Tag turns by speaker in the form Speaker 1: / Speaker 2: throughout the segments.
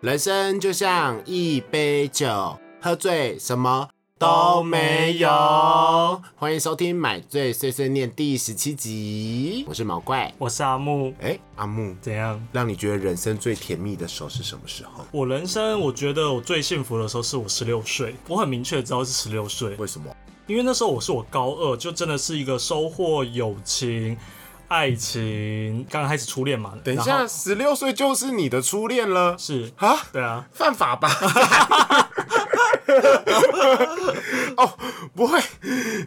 Speaker 1: 人生就像一杯酒，喝醉什么都没有。欢迎收听《买醉碎碎念》第十七集，我是毛怪。
Speaker 2: 我是阿木，
Speaker 1: 哎、阿木，
Speaker 2: 怎样？
Speaker 1: 让你觉得人生最甜蜜的时候是什么时候？
Speaker 2: 我人生我觉得我最幸福的时候是我十六岁，我很明确地知道是十六岁，
Speaker 1: 为什么？
Speaker 2: 因为那时候我是我高二，就真的是一个收获友情、爱情，刚开始初恋嘛。
Speaker 1: 等一
Speaker 2: 然
Speaker 1: 下，
Speaker 2: 后
Speaker 1: 十六岁就是你的初恋了
Speaker 2: 是，
Speaker 1: 啊？
Speaker 2: 对啊，
Speaker 1: 犯法吧？ 哦，不会，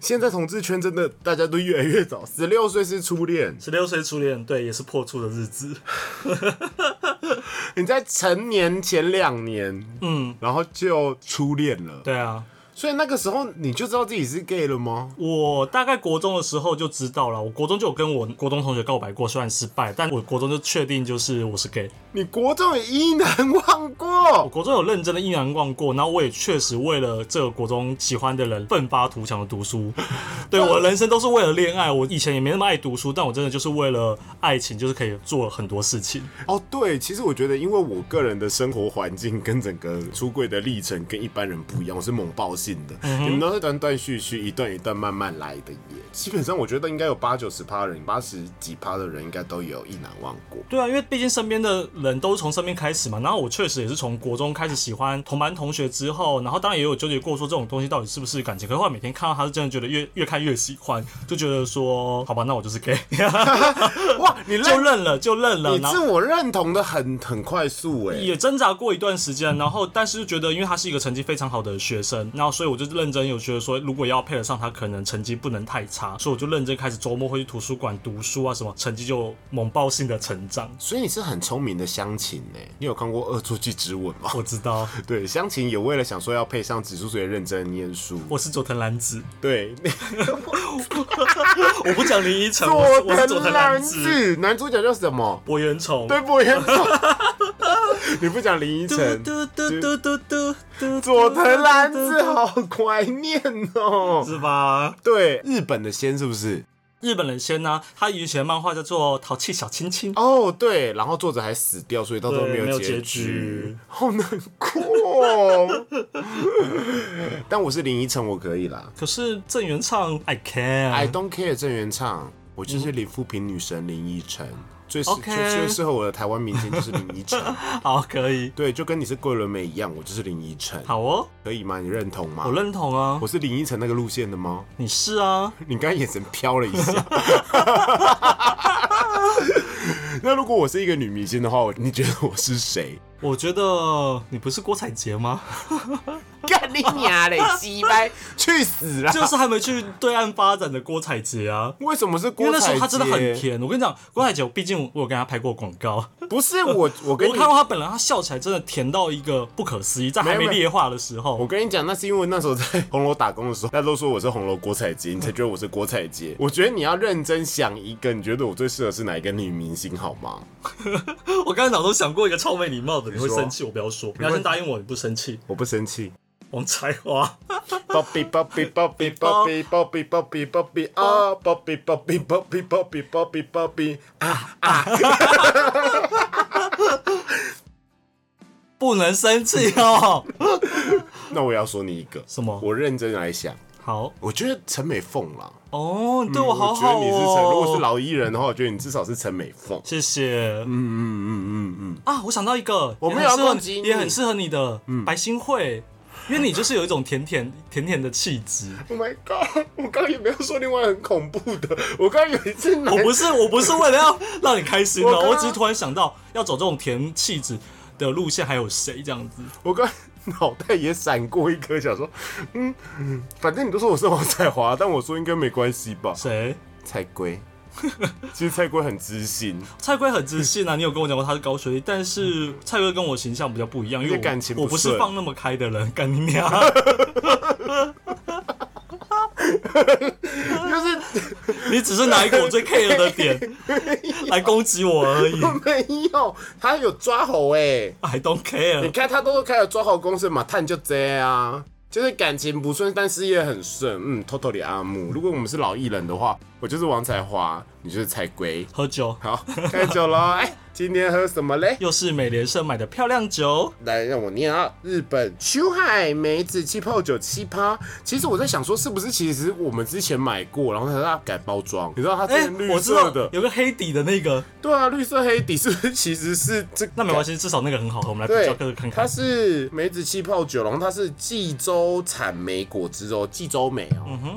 Speaker 1: 现在同志圈真的大家都越来越早，十六岁是初恋。
Speaker 2: 十六岁初恋，对，也是破处的日子。
Speaker 1: 你在成年前两年，
Speaker 2: 嗯，
Speaker 1: 然后就初恋了，
Speaker 2: 对啊，
Speaker 1: 所以那个时候你就知道自己是 gay 了吗？
Speaker 2: 我大概国中的时候就知道了，我国中就有跟我国中同学告白过，虽然失败，但我国中就确定就是我是 gay。
Speaker 1: 你国中也依然 忘
Speaker 2: 我
Speaker 1: 过，
Speaker 2: 国中有认真的依然逛过，然后我也确实为了这个国中喜欢的人奋发图强的读 书。对我的人生都是为了恋爱，我以前也没那么爱读书，但我真的就是为了爱情，就是可以做很多事情。
Speaker 1: 哦，对，其实我觉得，因为我个人的生活环境跟整个出柜的历程跟一般人不一样，我是猛爆性的，
Speaker 2: 嗯
Speaker 1: 你们都是断断续续、一段一段慢慢来的耶。基本上，我觉得应该有八九十趴人，八十几趴的人应该都有一难忘过。
Speaker 2: 对啊，因为毕竟身边的人都是从身边开始嘛，然后我确实也是从国中开始喜欢同班同学之后，然后当然也有纠结过说这种东西到底是不是感情，可是后来每天看到他是真的觉得越越看越喜欢，就觉得说好吧，那我就是 gay，
Speaker 1: 哇，你
Speaker 2: 就
Speaker 1: 认
Speaker 2: 认了就认了，
Speaker 1: 你
Speaker 2: 然后
Speaker 1: 自我认同的很很快速哎，
Speaker 2: 也挣扎过一段时间，然后但是就觉得，因为他是一个成绩非常好的学生，然后所以我就认真有觉得说，如果要配得上他，可能成绩不能太差，所以我就认真开始周末会去图书馆读书啊，什么成绩就猛爆性的成长。
Speaker 1: 所以你是很聪明的乡情呢。你有看过《恶作剧之吻》吗？
Speaker 2: 我知道，
Speaker 1: 对，乡情也为了想说要配上紫苏水认真念书。
Speaker 2: 我是佐藤蓝子，
Speaker 1: 对，
Speaker 2: 我不讲林依晨，我是我是佐藤蓝子，
Speaker 1: 子，男主角叫什么？
Speaker 2: 博元崇。
Speaker 1: 对，不严重。 你不讲林依
Speaker 2: 嘟
Speaker 1: 晨，
Speaker 2: 嘟嘟嘟嘟嘟嘟，
Speaker 1: 佐藤蓝子好怀念哦。
Speaker 2: 是吧？
Speaker 1: 对，日本的仙是不是？
Speaker 2: 日本人先呢、他以前漫画叫做《淘气小亲亲》，
Speaker 1: 哦，对，然后作者还死掉，所以到最后
Speaker 2: 对
Speaker 1: 没
Speaker 2: 没有
Speaker 1: 结
Speaker 2: 结局
Speaker 1: 好难过 哦。但我是林依晨，我可以啦。
Speaker 2: 可是郑元畅 I can
Speaker 1: I don't care 郑元畅，我就是林富平女神林依晨，最适
Speaker 2: 嗯 OK
Speaker 1: 最最适合我的台湾明星就是林 依晨。
Speaker 2: 好可以，
Speaker 1: 对，就跟你是桂纶镁一样，我就是林依晨，
Speaker 2: 好哦。
Speaker 1: 可以吗？你认同吗？
Speaker 2: 我认同啊
Speaker 1: 我，是林依晨那个路线的 吗？
Speaker 2: 你是啊，
Speaker 1: 你刚刚眼神飘了一 下。那如果我是一个女明星的话，我你觉得我是谁？
Speaker 2: 我觉得你不是郭采洁 吗？
Speaker 1: 干你娘嘞，鸡掰，去死啦！
Speaker 2: 就是还没去对岸发展的郭采洁啊。
Speaker 1: 为什么是
Speaker 2: 因为
Speaker 1: 郭
Speaker 2: 那时
Speaker 1: 采
Speaker 2: 候
Speaker 1: 洁？
Speaker 2: 她真的很甜，我跟你讲，郭采洁，我毕竟我有跟她拍过广告，
Speaker 1: 不是我，我跟
Speaker 2: 我
Speaker 1: 你
Speaker 2: 看过她本人，她笑起来真的甜到一个不可思议，在还
Speaker 1: 没
Speaker 2: 没
Speaker 1: 有没有
Speaker 2: 劣化的时
Speaker 1: 我
Speaker 2: 候，
Speaker 1: 跟你讲，那是因为那时候在红楼打工的时候，大家都说我是红楼郭采洁，你才觉得我是郭采 洁。我觉得你要认真想一个，你觉得我最适合是哪一个女明星，好吗？
Speaker 2: 我刚才脑中想过一个超没礼貌的，你会
Speaker 1: 说
Speaker 2: 生气，我不要说，你要
Speaker 1: 关系
Speaker 2: 先答应我，你不生气。
Speaker 1: 我不生 气。
Speaker 2: 王才 华，
Speaker 1: 包比包比包比包比包比包比包比啊，包比包比包比包比包比包比啊！
Speaker 2: 不能生气哦。
Speaker 1: 那我要说你一个
Speaker 2: 什么
Speaker 1: 我认真来想，
Speaker 2: 好
Speaker 1: 我觉得陈美凤啦，
Speaker 2: 哦，你对我
Speaker 1: 嗯
Speaker 2: 好
Speaker 1: 我觉得
Speaker 2: 好
Speaker 1: 你是陈，如果是
Speaker 2: 哦。
Speaker 1: 老艺人的话，我觉得你至少是陈美凤。
Speaker 2: 谢谢
Speaker 1: 嗯嗯嗯嗯嗯，
Speaker 2: 啊，我想到一个，
Speaker 1: 我没有
Speaker 2: 也很适合
Speaker 1: 要攻击你
Speaker 2: 也很适合你的白新慧，因为你就是有一种甜甜甜甜的气 质。
Speaker 1: Oh my god！我刚刚也没有说另外很恐怖的，我刚刚有一次
Speaker 2: 我不是我不是为了要让你开心
Speaker 1: 我
Speaker 2: 的，
Speaker 1: 刚刚
Speaker 2: 我只是突然想到要走这种甜气质的路线，还有谁这样子？
Speaker 1: 我刚脑袋也闪过一颗，想说，嗯，嗯反正你都说我是王彩华，但我说应该没关系吧？
Speaker 2: 谁？
Speaker 1: 蔡圭，其实蔡圭很知性，
Speaker 2: 蔡圭很自信啊，你有跟我讲过他是高学历，但是蔡圭跟我形象比较不一样，因为
Speaker 1: 你
Speaker 2: 我
Speaker 1: 的感情不
Speaker 2: 我不是
Speaker 1: 顺
Speaker 2: 放那么开的人，干你娘！
Speaker 1: 就是
Speaker 2: 你只是拿一个我最 care 的点 来攻击我而已
Speaker 1: 没有他有抓猴哎、
Speaker 2: ，I don't
Speaker 1: 你
Speaker 2: care。
Speaker 1: 看他都开始抓猴公司嘛，探就这啊。就是感情不顺，但事业很顺。嗯，totally 阿木。如果我们是老艺人的话，我就是王彩华，你就是蔡圭。
Speaker 2: 喝酒，
Speaker 1: 好，开酒了。哎、今天喝什么嘞？
Speaker 2: 又是美联社买的漂亮酒，
Speaker 1: 来让我念啊！日本秋海梅子气泡酒七趴。其实我在想说，是不是其实我们之前买过，然后它它改包装？你知道它
Speaker 2: 哎、
Speaker 1: 是绿
Speaker 2: 我知
Speaker 1: 色
Speaker 2: 道
Speaker 1: 的，
Speaker 2: 有个黑底的那个，
Speaker 1: 对啊，绿色黑底是不是其实是这？
Speaker 2: 那没关系，至少那个很好喝，我们来比较
Speaker 1: 对
Speaker 2: 各个看，
Speaker 1: 它
Speaker 2: 看。
Speaker 1: 是梅子气泡酒，然后它是济州产梅果汁哦，济州梅哦。嗯哼。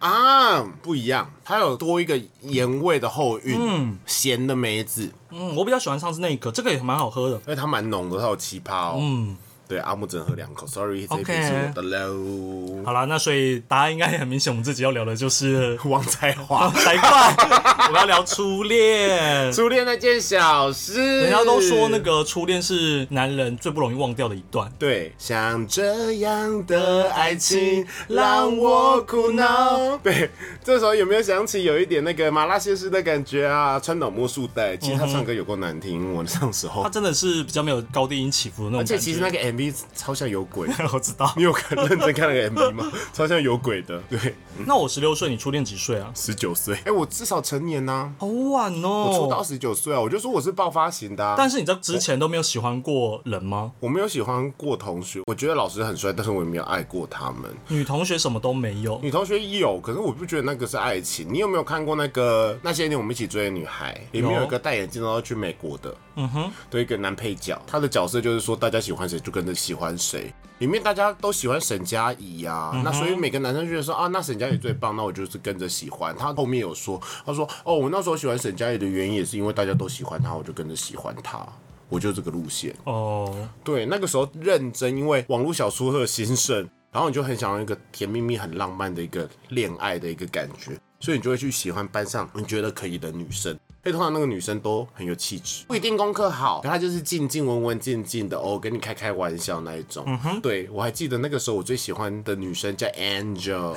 Speaker 1: 啊，不一样，它有多一个盐味的后韵，嗯，咸的梅子，
Speaker 2: 嗯，我比较喜欢上次那个，这个也蛮好喝的。
Speaker 1: 因为它蛮浓的，它有奇葩哦。嗯，对，阿木只能喝两口，sorry，这一
Speaker 2: OK
Speaker 1: 瓶是我的喽。
Speaker 2: 好啦，那所以答案应该也很明显，我们自己要聊的就是
Speaker 1: 王才华，
Speaker 2: 来怪，我们要聊初恋。
Speaker 1: 初恋那件小事，
Speaker 2: 人家都说那个初恋是男人最不容易忘掉的一段。
Speaker 1: 对，像这样的爱情让我苦恼。对，这时候有没有想起有一点那个麻辣鲜师的感觉啊？川岛茉树代，其实他唱歌有够难听，我上时候
Speaker 2: 嗯他，真的是比较没有高低音起伏的那种
Speaker 1: 而
Speaker 2: 感觉。
Speaker 1: 且其实那个 MV 超像有鬼。
Speaker 2: 我知道
Speaker 1: 你。有看认真看那个 MV 吗？超像有鬼的。对，
Speaker 2: 那我十六岁，你初恋几岁啊？
Speaker 1: 十九岁，哎，我至少成年呐、
Speaker 2: 好晚哦。
Speaker 1: 我出道十九岁啊，我就说我是爆发型的、啊。
Speaker 2: 但是你在之前都没有喜欢过人吗？
Speaker 1: 我没有喜欢过同学，我觉得老师很帅，但是我也没有爱过他们。
Speaker 2: 女同学什么都没有。
Speaker 1: 女同学有，可是我不觉得那个是爱情。你有没有看过那个那些年我们一起追的女孩？里面
Speaker 2: 有
Speaker 1: 有一个戴眼镜然后去美国的，嗯哼，的一个男配角，他的角色就是说大家喜欢谁就跟着喜欢谁。里面大家都喜欢沈佳宜呀、那所以每个男生就觉得说啊，那沈佳宜最棒，那我就是跟着喜欢。他后面有说，他说哦，我那时候喜欢沈佳宜的原因也是因为大家都喜欢她，我就跟着喜欢她，我就这个路线。
Speaker 2: 哦，
Speaker 1: 对，那个时候认真，因为网络小说的兴盛，然后你就很想要一个甜蜜蜜、很浪漫的一个恋爱的一个感觉，所以你就会去喜欢班上你觉得可以的女生。所以通常那个女生都很有气质，不一定功课好，可她就是静静文文静静的哦，跟你开开玩笑那一种。对我还记得那个时候我最喜欢的女生叫 Angel，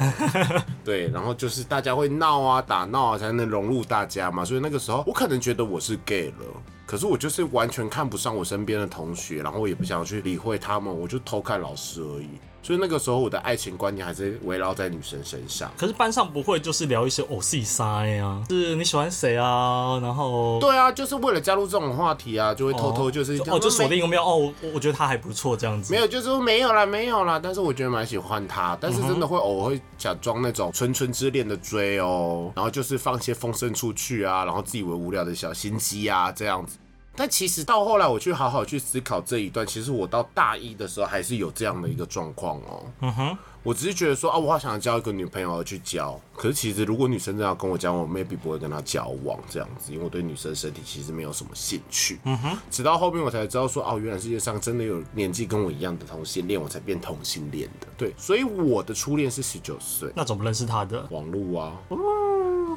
Speaker 1: 对，然后就是大家会闹啊、打闹啊，才能融入大家嘛。所以那个时候，我可能觉得我是 gay 了，可是我就是完全看不上我身边的同学，然后我也不想去理会他们，我就偷看老师而已。所以那个时候，我的爱情观念还是围绕在女生身上。
Speaker 2: 可是班上不会就是聊一些哦偶戏塞啊，是你喜欢谁啊？然后
Speaker 1: 对啊，就是为了加入这种话题啊，就会偷偷就是
Speaker 2: 哦，就锁
Speaker 1: 没
Speaker 2: 定一个目标哦，我我觉得他还不错这样子。
Speaker 1: 没有，就是说没有啦，没有啦。但是我觉得蛮喜欢他，但是真的会偶尔会假装那种纯纯之恋的追哦，然后就是放一些风声出去啊，然后自以为无聊的小心机啊这样子。但其实到后来，我去好好去思考这一段，其实我到大一的时候还是有这样的一个状况哦。嗯哼，我只是觉得说啊，我好想交一个女朋友而去交，可是其实如果女生真的要跟我交往，我 maybe 不会跟她交往这样子，因为我对女生身体其实没有什么兴趣。嗯哼，直到后面我才知道说，哦，原来世界上真的有年纪跟我一样的同性恋，我才变同性恋的。对，所以我的初恋是十九岁，
Speaker 2: 那怎么认识他的？
Speaker 1: 网络啊。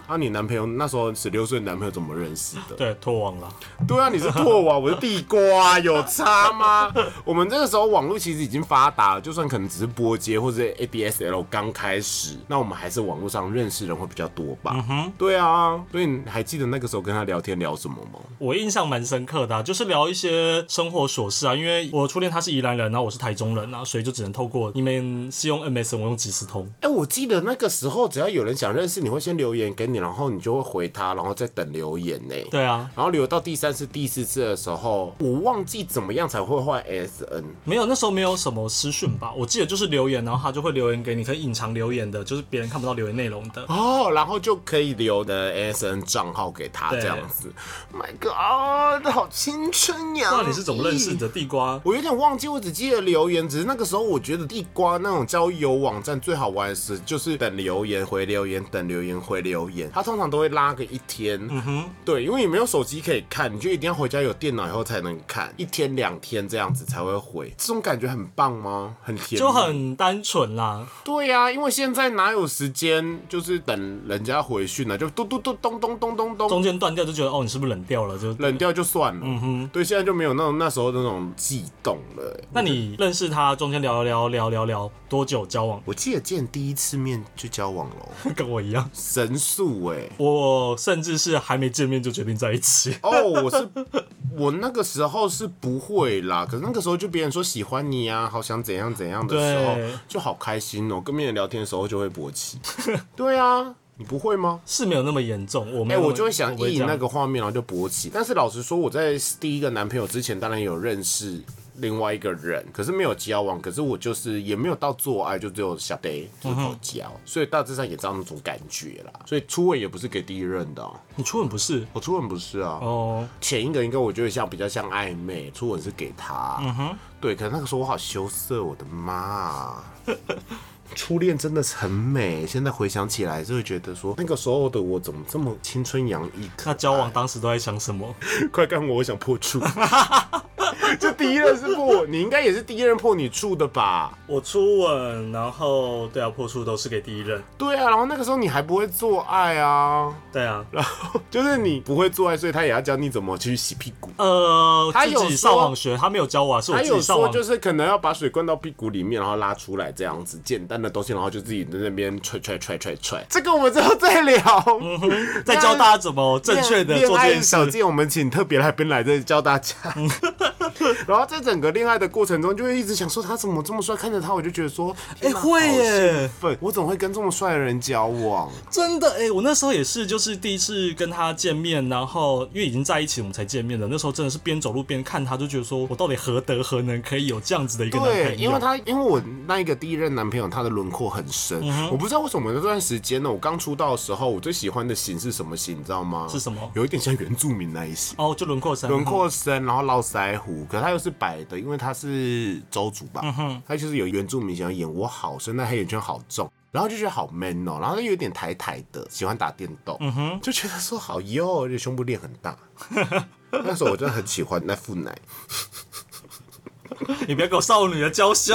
Speaker 1: 啊，你男朋友那时候十六岁，男朋友怎么认识的？
Speaker 2: 对，脱网了。
Speaker 1: 对啊，你是拓网，我是地瓜，啊有差吗？我们这个时候网络其实已经发达了，就算可能只是波接或者 ADSL 刚开始，那我们还是网络上认识人会比较多吧？对啊，所以你还记得那个时候跟他聊天聊什么吗？
Speaker 2: 我印象蛮深刻的、啊，就是聊一些生活琐事啊，因为我初恋他是宜兰人，然后我是台中人啊，所以就只能透过你们是用 MSN，我用即时通。
Speaker 1: 哎、我记得那个时候，只要有人想认识你，会先留言给你，然后你就会回他，然后再等留言呢、
Speaker 2: 对啊，
Speaker 1: 然后留到第三次、第四次的时候，我忘记怎么样才会换 SN。
Speaker 2: 没有那时候没有什么私讯吧，我记得就是留言，然后他就会留言给你，可以隐藏留言的，就是别人看不到留言内容的。
Speaker 1: 哦，然后就可以留的 ASN 账号给他
Speaker 2: 对
Speaker 1: 这样子。My God，好青春呀！
Speaker 2: 那你是怎么认识？的地瓜？
Speaker 1: 我有点忘记，我只记得留言，只是那个时候我觉得地瓜那种交友网站最好玩的是，就是等留言回留言，等留言回留言，它通常都会拉个一天。嗯哼，对，因为你没有手机可以看，你就一定要回家有电脑以后才能看，一天两天这样子才会回，这种感觉很棒吗？很甜蜜，
Speaker 2: 就很单纯啦，
Speaker 1: 对呀、因为现在哪有时间就是等人家回讯啊呢、就嘟嘟嘟咚咚咚咚咚，
Speaker 2: 中间断掉就觉得哦，你是不是冷掉了？就
Speaker 1: 冷掉就算了。嗯哼，对，现在就没有那种那时候那种悸动了、欸
Speaker 2: 那你认识他中间聊聊聊聊聊多久交往？
Speaker 1: 我记得见第一次面就交往了，哦
Speaker 2: 跟我一样，
Speaker 1: 神速哎、
Speaker 2: 我甚至是还没见面就决定在一起。
Speaker 1: 哦，我是 我那个时候是不会啦，可是那个时候就别人说喜欢你啊，好想怎样怎样的时
Speaker 2: 对
Speaker 1: 候，就好开心哦、跟别人聊天的时候就会勃起。对啊，你不会吗？
Speaker 2: 是没有那么严重，我没
Speaker 1: 哎、
Speaker 2: 有那么、
Speaker 1: 我就会想
Speaker 2: 我这
Speaker 1: 意淫
Speaker 2: 样
Speaker 1: 那个画面，然后就勃起。但是老实说，我在第一个男朋友之前，当然也有认识另外一个人，可是没有交往，可是我就是也没有到做爱，就只有小 day
Speaker 2: 嗯
Speaker 1: 就是口交，所以大致上也这样那种感觉啦。所以初吻也不是给第一任的、啊，
Speaker 2: 你初吻不是
Speaker 1: 我初吻不是啊，
Speaker 2: 哦，
Speaker 1: 前一个应该我觉得像比较像暧昧，初吻是给他，嗯哼，对，可是那个时候我好羞涩，我的妈 啊。初恋真的是很美，现在回想起来就会觉得说，那个时候的我怎么这么青春洋溢？
Speaker 2: 那交
Speaker 1: 哎
Speaker 2: 往当时都在想什么？
Speaker 1: 快看我，我想破处。 这第一任是破，你应该也是第一任破你处的吧？
Speaker 2: 我初吻，然后对啊，破处都是给第一任，
Speaker 1: 对啊，然后那个时候你还不会做爱啊，
Speaker 2: 对啊，
Speaker 1: 然后就是你不会做爱，所以他也要教你怎么去洗屁股。
Speaker 2: 呃，
Speaker 1: 他
Speaker 2: 自
Speaker 1: 有
Speaker 2: 己
Speaker 1: 说
Speaker 2: 上网学，他没有教我啊，是我
Speaker 1: 他
Speaker 2: 自
Speaker 1: 有
Speaker 2: 己上
Speaker 1: 说
Speaker 2: 网。
Speaker 1: 就是可能要把水灌到屁股里面，然后拉出来这样子简单的东西，然后就自己在那边踹踹踹踹踹。这个我们之后再聊。
Speaker 2: 在教大家怎么正确的
Speaker 1: 恋
Speaker 2: 做这
Speaker 1: 爱
Speaker 2: 件
Speaker 1: 小
Speaker 2: 事。
Speaker 1: 见，我们请特别来宾来这里教大 家。然后在整个恋爱的过程中，就会一直想说他怎么这么帅，看着他我就觉得说，哎、
Speaker 2: 会耶
Speaker 1: 好兴奋我怎么会跟这么帅的人交往？
Speaker 2: 真的哎、我那时候也是，就是第一次跟他见面，然后因为已经在一起，我们才见面的。那时候真的是边走路边看他，就觉得说我到底何德何能可以有这样子的一个男朋友？
Speaker 1: 对，因为他因为我那一个第一任男朋友，他的轮廓很深，
Speaker 2: 嗯
Speaker 1: 我不知道为什么那段时间呢，我刚出道的时候，我最喜欢的型是什么型，你知道吗？
Speaker 2: 是什么
Speaker 1: 有一点像原住民那一型。
Speaker 2: 哦，就轮廓三
Speaker 1: 轮廓深，然后络腮胡，可他又是白的，因为他是周族
Speaker 2: 嗯
Speaker 1: 吧，他就是有原住民想要演我好深，那黑眼圈好重，然后就觉得好 man 哦、然后又有点台台的，喜欢打电动，
Speaker 2: 嗯
Speaker 1: 就觉得说好哟，而且胸部练很 大。那时候我真的很喜欢那副奶，
Speaker 2: 你不要给我少女的娇羞。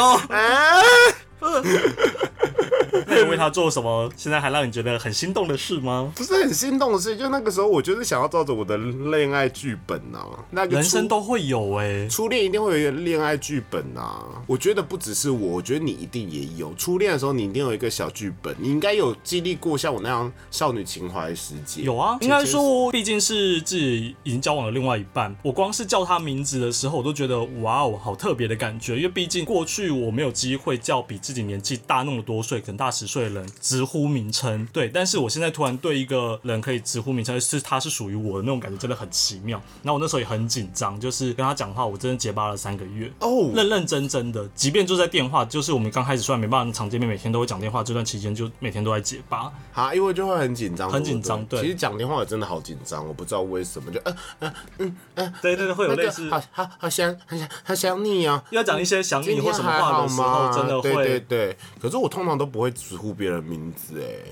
Speaker 2: 那你为他做什么？ 现在还让你觉得很心动的事吗？
Speaker 1: 不是很心动的事，就那个时候我就是想要照着我的恋爱剧本啊，那个
Speaker 2: 人
Speaker 1: 初
Speaker 2: 生都会有哎、
Speaker 1: 初恋一定会有一个恋爱剧本啊！我觉得不只是我，我觉得你一定也有。初恋的时候，你一定有一个小剧本，你应该有经历过像我那样少女情怀时节。
Speaker 2: 有啊，
Speaker 1: 姐
Speaker 2: 应
Speaker 1: 姐
Speaker 2: 该说，我毕竟是自己已经交往了另外一半，我光是叫他名字的时候，我都觉得哇哦，好特别的感觉。因为毕竟过去我没有机会叫比自己年纪大那么多岁，可能大十岁的人直呼名称，对。但是我现在突然对一个人可以直呼名称，是他是属于我的那种感觉，真的很奇妙。然后我那时候也很紧张，就是跟他讲话，我真的结巴了三个月。
Speaker 1: 哦
Speaker 2: 认认真真的，即便就在电话，就是我们刚开始虽然没办法常见面，每天都会讲电话，这段期间就每天都在结巴，
Speaker 1: 啊，因为就会很紧张，
Speaker 2: 很
Speaker 1: 不
Speaker 2: 紧张对
Speaker 1: 其实讲电话也真的好紧张，我不知道为什么，就呃呃嗯嗯，
Speaker 2: 对对对，会有
Speaker 1: 那
Speaker 2: 类
Speaker 1: 个
Speaker 2: 似。
Speaker 1: 好好好想好想好想你啊。
Speaker 2: 要讲一些想
Speaker 1: 今
Speaker 2: 你
Speaker 1: 天
Speaker 2: 或什么
Speaker 1: 还
Speaker 2: 话
Speaker 1: 好
Speaker 2: 的时
Speaker 1: 吗？
Speaker 2: 候，真的会，
Speaker 1: 对对对，可是我通常都不会直呼别人名字，哎，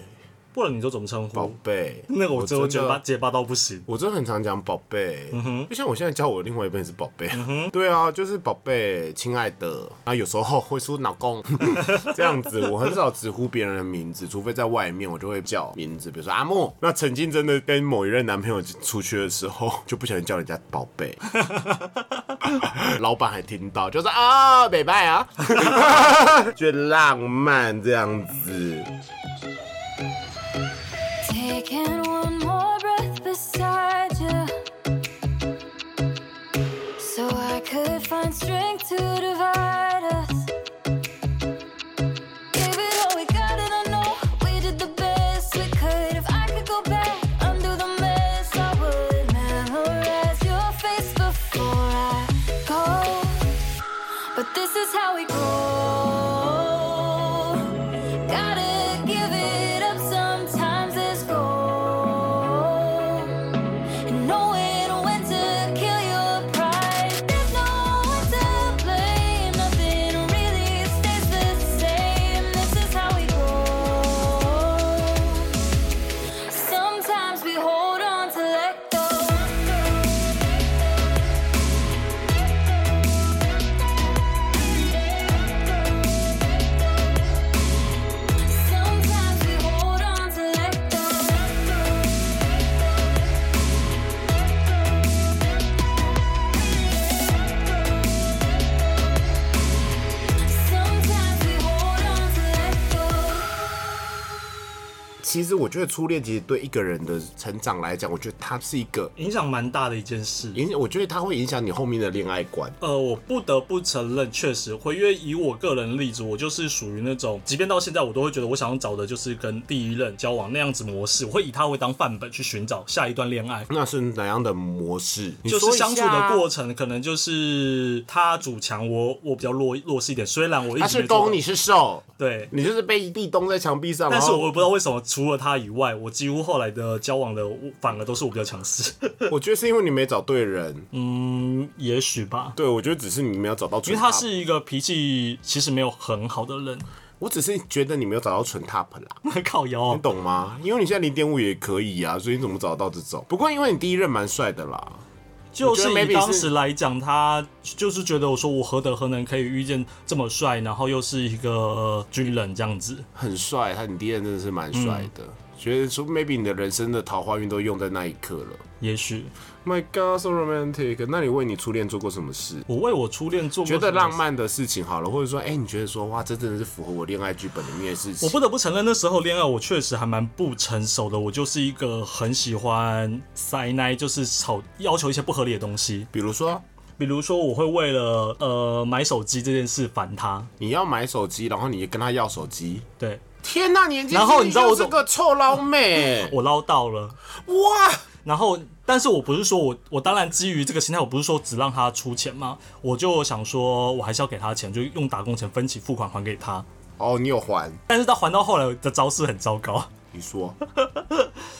Speaker 2: 不然你就怎么称
Speaker 1: 宝
Speaker 2: 呼？
Speaker 1: 贝，
Speaker 2: 嗯那个我真的结
Speaker 1: 觉
Speaker 2: 巴
Speaker 1: 得。
Speaker 2: 嗯结巴到不行。
Speaker 1: 我真的很常讲宝贝，就像我现在教我另外一半也是宝贝，
Speaker 2: 嗯
Speaker 1: 对啊，就是宝贝、亲爱的，然后有时候会说老 公这样子，我很少直呼别人的名字，除非在外面我就会叫名字，比如说阿莫。那曾经真的跟某一任男朋友出去的时候，就不小心叫人家宝 贝，老板还听到，就说啊，北拜 啊，觉得浪漫这样子。
Speaker 3: Taking one more breath beside you so I could find strength to divide us. Gave it all we got, and I know we did the best we could. If I could go back, undo the mess, I would memorize your face before I go. But this is how we grow. Gotta give it up sometimes. This goal
Speaker 1: 其实我觉得初恋其实对一个人的成长来讲，我觉得它是一个
Speaker 2: 影响蛮大的一件事。
Speaker 1: 影响，我觉得它会影响你后面的恋爱观。
Speaker 2: 呃，我不得不承认，确实会，因为以我个人例子，我就是属于那种，即便到现在，我都会觉得我想要找的就是跟第一任交往那样子模式，我会以他为当范本去寻找下一段恋爱。
Speaker 1: 那是哪样的模式？你
Speaker 2: 就
Speaker 1: 说
Speaker 2: 是
Speaker 1: 一下啊
Speaker 2: 相处的过程，可能就是他主强，我我比较弱弱势一点。虽然我一
Speaker 1: 他
Speaker 2: 直
Speaker 1: 是
Speaker 2: 没做到
Speaker 1: 攻，你是受，
Speaker 2: 对，
Speaker 1: 你就是被壁咚在墙壁上。
Speaker 2: 但
Speaker 1: 然
Speaker 2: 是
Speaker 1: 后
Speaker 2: 我也不知道为什么，除了他以外，我几乎后来的交往的，我反而都是我比较强 势。
Speaker 1: 我觉得是因为你没找对人。
Speaker 2: 嗯，也许吧，
Speaker 1: 对，我觉得只是你没有找到
Speaker 2: 因
Speaker 1: 纯
Speaker 2: 为
Speaker 1: top。
Speaker 2: 他是一个脾气其实没有很好的人，
Speaker 1: 我只是觉得你没有找到纯 top 啦，
Speaker 2: 靠腰哦、
Speaker 1: 你懂吗？因为你现在零点五也可以啊，所以你怎么找到这种？不过因为你第一任蛮帅的啦，
Speaker 2: 就是
Speaker 1: 我觉得
Speaker 2: 以
Speaker 1: maybe
Speaker 2: 当
Speaker 1: 是
Speaker 2: 时来讲，他就是觉得我说我何德何能可以遇见这么帅，然后又是一个、呃军人这样子。
Speaker 1: 很帅，他你第一任真的是蛮帅
Speaker 2: 嗯
Speaker 1: 的。觉得说 maybe 你的人生的桃花运都用在那一刻了。
Speaker 2: 也许
Speaker 1: My God, so romantic！那你为你初恋做过什么事？
Speaker 2: 我为我初恋做过
Speaker 1: 觉得
Speaker 2: 什么
Speaker 1: 浪漫的事情好了，或者说，哎、你觉得说，哇，这真的是符合我恋爱剧本里面的事情。
Speaker 2: 我不得不承认，那时候恋爱我确实还蛮不成熟的。我就是一个很喜欢塞奶，就是吵要求一些不合理的东西，
Speaker 1: 比如说，
Speaker 2: 比如说我会为了呃买手机这件事烦他。
Speaker 1: 你要买手机，然后你跟他要手机。
Speaker 2: 对
Speaker 1: 天呐、年纪
Speaker 2: 然后你知道我
Speaker 1: 这
Speaker 2: 怎
Speaker 1: 个臭老妹，
Speaker 2: 我捞到了，
Speaker 1: 哇！
Speaker 2: 然后但是我不是说我我当然基于这个心态，我不是说只让他出钱嘛，我就想说我还是要给他钱，就用打工钱分期付款还给他。
Speaker 1: 哦，你有还？
Speaker 2: 但是他还到后来的招式很糟糕。
Speaker 1: 你说，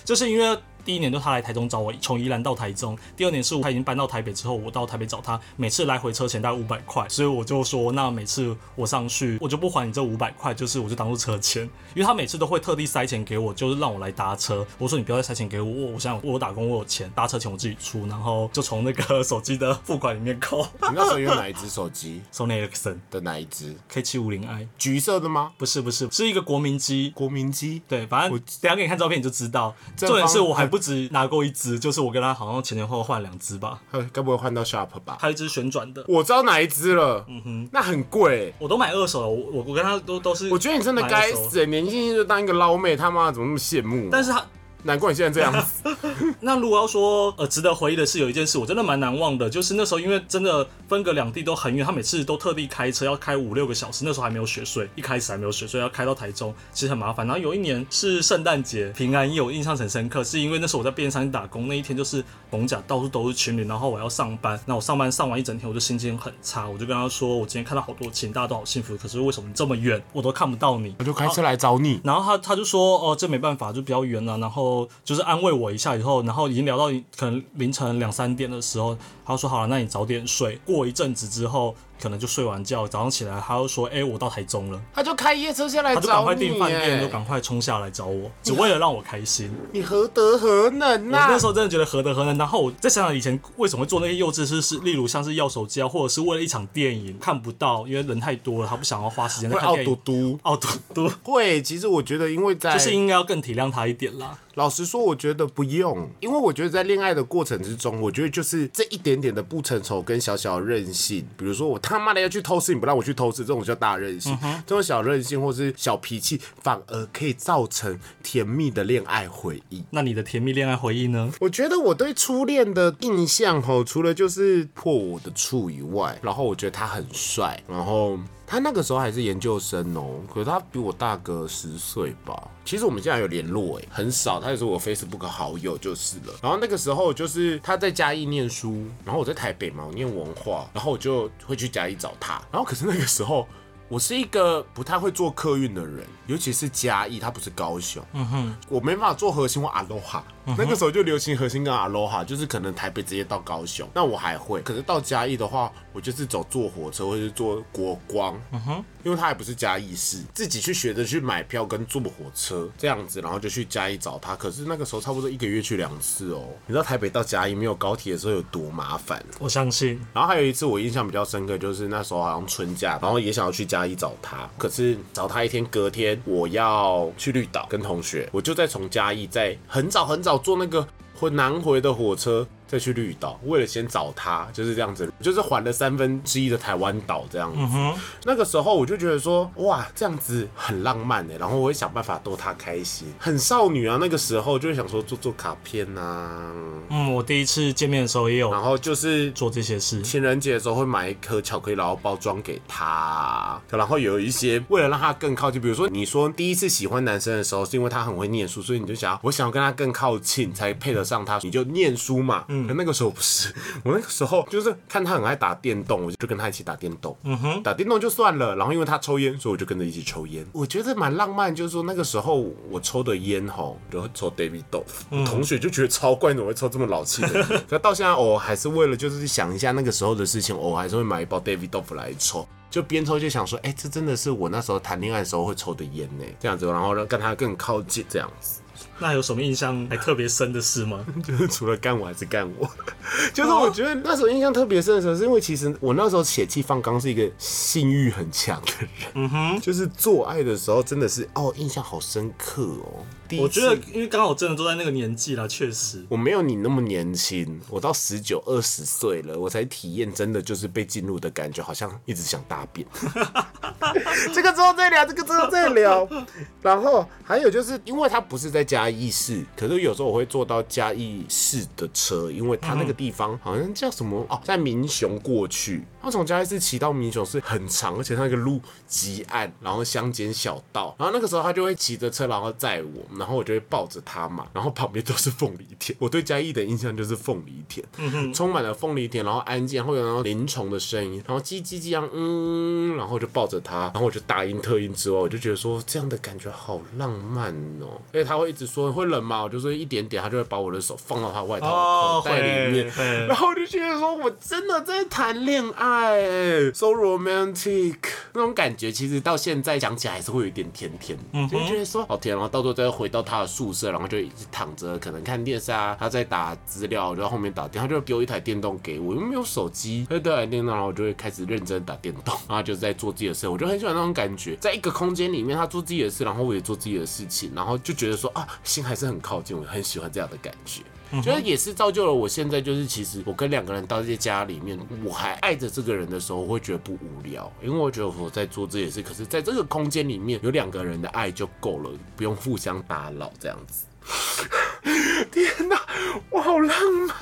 Speaker 2: 就是因为第一年就他来台中找我，从宜兰到台中；第二年是他已经搬到台北之后，我到台北找他，每次来回车钱大概五百块，所以我就说，那每次我上去，我就不还你这五百块，就是我就当做车钱，因为他每次都会特地塞钱给我，就是让我来搭车。我说你不要再塞钱给我，我我想我有打工，我有钱，搭车钱我自己出，然后就从那个手机的付款里面扣。
Speaker 1: 你那时候用哪一只手机
Speaker 2: Sony Ericsson
Speaker 1: 的哪一只？
Speaker 2: K 七五零 i
Speaker 1: 橘色的吗？
Speaker 2: 不是不是，是一个国民机，
Speaker 1: 国民机？
Speaker 2: 对，反正
Speaker 1: 我
Speaker 2: 等一下给你看照片你就知道。
Speaker 1: 正
Speaker 2: 重
Speaker 1: 方
Speaker 2: 点是我还不止拿过一只，就是我跟他好像前前后后换两只吧，
Speaker 1: 呃，该不会换到 Sharp 吧？
Speaker 2: 还有一只旋转的，
Speaker 1: 我知道哪一只了。嗯哼，那很贵、
Speaker 2: 我都买二手了。我我我跟他都都是，
Speaker 1: 我觉得你真的该。死，欸年轻就当一个捞妹，他妈怎么那么羡慕？啊
Speaker 2: 但是他
Speaker 1: 难怪你现在这样子。
Speaker 2: 那如果要说呃值得回忆的是有一件事我真的蛮难忘的，就是那时候因为真的分隔两地都很远，他每次都特地开车要开五六个小时，那时候还没有雪隧，一开始还没有雪隧要开到台中，其实很麻烦。然后有一年是圣诞节，平安夜我印象很深刻，是因为那时候我在便利商店打工，那一天就是逢甲到处都是群里，然后我要上班，那我上班上完一整天我就心情很差，我就跟他说我今天看到好多亲，大家都好幸福，可是为什么这么远我都看不到你？
Speaker 1: 我就开车来找你。
Speaker 2: 然后他他就说哦，这没办法，就比较远了、啊然后就是安慰我一下以后，然后已经聊到可能凌晨两三点的时候，他就说好了，那你早点睡。过一阵子之后，可能就睡完觉，早上起来他又说，哎、我到台中了，
Speaker 1: 他就开夜车下来
Speaker 2: 他就赶
Speaker 1: 找
Speaker 2: 快
Speaker 1: 你耶，
Speaker 2: 订饭店，就赶快冲下来找我，只为了让我开心。
Speaker 1: 你何德何能
Speaker 2: 我
Speaker 1: 啊
Speaker 2: 那时？候真的觉得何德何能。然后我再想想以前为什么会做那些幼稚事，是例如像是要手机啊，或者是为了一场电影看不到，因为人太多了，他不想要花时间在
Speaker 1: 会
Speaker 2: 看
Speaker 1: 傲
Speaker 2: 电
Speaker 1: 嘟
Speaker 2: 影。
Speaker 1: 嘟，
Speaker 2: 傲嘟嘟，
Speaker 1: 会。其实我觉得，因为在
Speaker 2: 就是应该要更体谅他一点啦。
Speaker 1: 老实说，我觉得不用，因为我觉得在恋爱的过程之中，我觉得就是这一点点的不成熟跟小小任性，比如说我他妈的要去偷吃，你不让我去偷吃，这种叫大任性，这种小任性或是小脾气，反而可以造成甜蜜的恋爱回忆。
Speaker 2: 那你的甜蜜恋爱回忆呢？
Speaker 1: 我觉得我对初恋的印象吼，除了就是破我的处以外，然后我觉得他很帅，然后他那个时候还是研究生哦、可是他比我大个十岁吧。其实我们现在有联络诶、欸很少，他也是我 Facebook 好友就是了。然后那个时候就是他在嘉义念书，然后我在台北嘛，我念文化，然后我就会去嘉义找他。然后可是那个时候。我是一个不太会做客运的人，尤其是嘉义，它不是高雄，我没办法做核心或阿罗哈，那个时候就流行核心跟阿罗哈，就是可能台北直接到高雄，那我还会。可是到嘉义的话，我就是走坐火车或者是坐国光，因为它还不是嘉义市，自己去学着去买票跟坐火车这样子，然后就去嘉义找他。可是那个时候差不多一个月去两次哦，你知道台北到嘉义没有高铁的时候有多麻烦。
Speaker 2: 我相信
Speaker 1: 然后还有一次我印象比较深刻，就是那时候好像春假，然后也想要去嘉义找他，可是呃找他一天，隔天我要去绿岛跟同学，我就再从嘉义再很早很早坐那个回南回的火车。再去绿岛，为了先找他，就是这样子，就是环了三分之一的台湾岛这样子。那个时候我就觉得说，哇，这样子很浪漫哎，然后我会想办法逗他开心，很少女啊。那个时候就会想说做做卡片啊，
Speaker 2: 嗯，我第一次见面的时候也有
Speaker 1: 然后就是
Speaker 2: 做这些事，
Speaker 1: 情人节的时候会买一颗巧克力，然后包装给他，然后有一些为了让他更靠近，比如说你说第一次喜欢男生的时候，是因为他很会念书，所以你就想要我想要跟他更靠近，才配得上他，你就念书嘛。嗯，可那个时候不是，我那个时候就是看他很爱打电动，我就跟他一起打电动。嗯哼，打电动就算了，然后因为他抽烟，所以我就跟着一起抽烟。我觉得蛮浪漫，就是说那个时候我抽的烟吼，然后抽 David 豆腐，我同学就觉得超怪，你怎么会抽这么老气的烟？ 可到现在我还是为了就是想一下那个时候的事情，我还是会买一包 David 豆腐来抽。就边抽就想说，哎、这真的是我那时候谈恋爱的时候会抽的烟呢，这样子，然后让跟他更靠近，这样子。
Speaker 2: 那有什么印象还特别深的事吗？
Speaker 1: 就是除了干我还是干我，就是
Speaker 2: 哦
Speaker 1: 我觉得那时候印象特别深的时候，是因为其实我那时候血气方刚是一个性欲很强的人，嗯哼，就是做爱的时候真的是哦，印象好深刻哦。第一
Speaker 2: 我觉
Speaker 1: 次
Speaker 2: 得，因为刚好真的都在那个年纪啦，确实。
Speaker 1: 我没有你那么年轻，我到十九二十岁了，我才体验真的就是被进入的感觉，好像一直想大便。 这个之后再聊，这个之后再聊。然后还有就是，因为它不是在嘉义市，可是有时候我会坐到嘉义市的车，因为它那个地方好像叫什么哦，在民雄过去。它从嘉义市骑到民雄是很长，而且它那个路极暗，然后乡间小道。然后那个时候他就会骑着车，然后载我，然后我就会抱着他嘛，然后旁边都是凤梨田。我对嘉义的印象就是凤梨田，
Speaker 2: 嗯
Speaker 1: 充满了凤梨田，然后安静，然后有那种林虫的声音，然后叽叽叽这样，嗯，然后我就抱着它，然后我就大音特音之外，我就觉得说这样的感觉好浪漫哦、而且他会一直说会冷吗？我就说一点点，他就会把我的手放到他外套
Speaker 2: 哦，
Speaker 1: 口袋里
Speaker 2: 会
Speaker 1: 面，
Speaker 2: 会
Speaker 1: 然。后我就觉得说，我真的在谈恋爱，so romantic 那种感觉，其实到现在想起来还是会有一点甜甜的，就会觉得说好哦甜。然后到时候再回到他的宿舍，然后就一直躺着，可能看电视啊，他在打资料，然后后面打电话，他就丢一台电动给我，因为没有手机，他就丢一台电动，然后我就会开始认真打电动，然后就在做自己的事，我就很喜欢那种感觉，在一个空间里面，他做自己的事，然后我也做自己的事情，然后就觉得说啊，心还是很靠近，我很喜欢这样的感觉。觉得也是造就了我现在，就是其实我跟两个人到这家里面，我还爱着这个人的时候，我会觉得不无聊，因为我觉得我在做这件事，可是在这个空间里面有两个人的爱就够了，不用互相打扰这样子。天哪，我好浪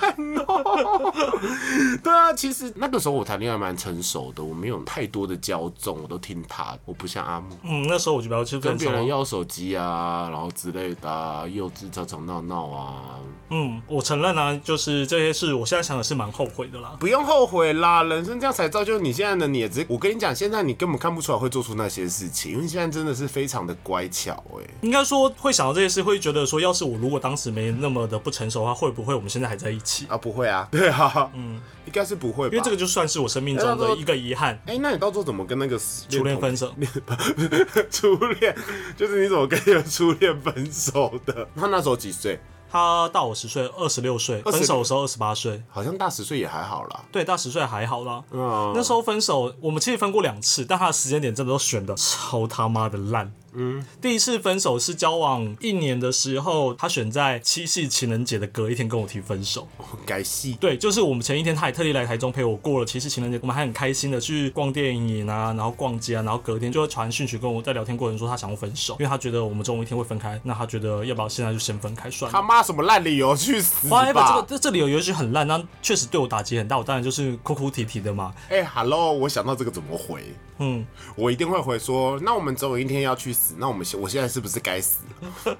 Speaker 1: 漫哦！ 对啊，其实那个时候我谈恋爱蛮成熟的，我没有太多的骄纵，我都听他的，我不像阿木。
Speaker 2: 嗯，那时候我就比较去
Speaker 1: 跟
Speaker 2: 跟
Speaker 1: 别人
Speaker 2: 要。
Speaker 1: 要手机啊，然后之类的、啊，幼稚吵吵闹闹啊，
Speaker 2: 嗯，我承认啊，就是这些事，我现在想的是蛮后悔的啦。
Speaker 1: 不用后悔啦，人生这样才造就你现在的你。只我跟你讲，现在你根本看不出来会做出那些事情，因为现在真的是非常的乖巧哎、
Speaker 2: 应该说会想到这些事，会觉得说，要是我如果当时没那么的不成熟的话，会不会我们现在还在一起？
Speaker 1: 啊，不会啊， 对啊，嗯，应该是不会吧。
Speaker 2: 因为这个就算是我生命中的一个遗憾。
Speaker 1: 哎、那你到时候怎么跟那个
Speaker 2: 初恋分手？
Speaker 1: 初恋就是你怎么跟你的初恋分手的？ 他那时候几岁？
Speaker 2: 他大我十岁，二十六岁，
Speaker 1: 26
Speaker 2: 分手的时候二十八岁。
Speaker 1: 好像大十岁也还好啦。
Speaker 2: 对，大十岁还好啦。
Speaker 1: 嗯，
Speaker 2: 那时候分手，我们其实分过两次，但他的时间点真的都选的超他妈的烂。嗯，第一次分手是交往一年的时候，他选在七夕情人节的隔一天跟我提分手。
Speaker 1: 该戏
Speaker 2: 对，就是我们前一天他还特地来台中陪我过了七夕情人节，我们还很开心的去逛电影啊，然后逛街啊，然后隔天就会传讯息跟我在聊天过程说他想要分手，因为他觉得我们总有一天会分开，那他觉得要不要现在就先分开算了
Speaker 1: 他。妈什么烂理由去死吧！
Speaker 2: Whatever，这个这这里有游戏很烂，那确实对我打击很大，我当然就是哭哭啼啼的嘛。
Speaker 1: 哎、h e l l o 我想到这个怎么回？
Speaker 2: 嗯，
Speaker 1: 我一定会回说，那我们总有一天要去死，那我们现我现在是不是该 死？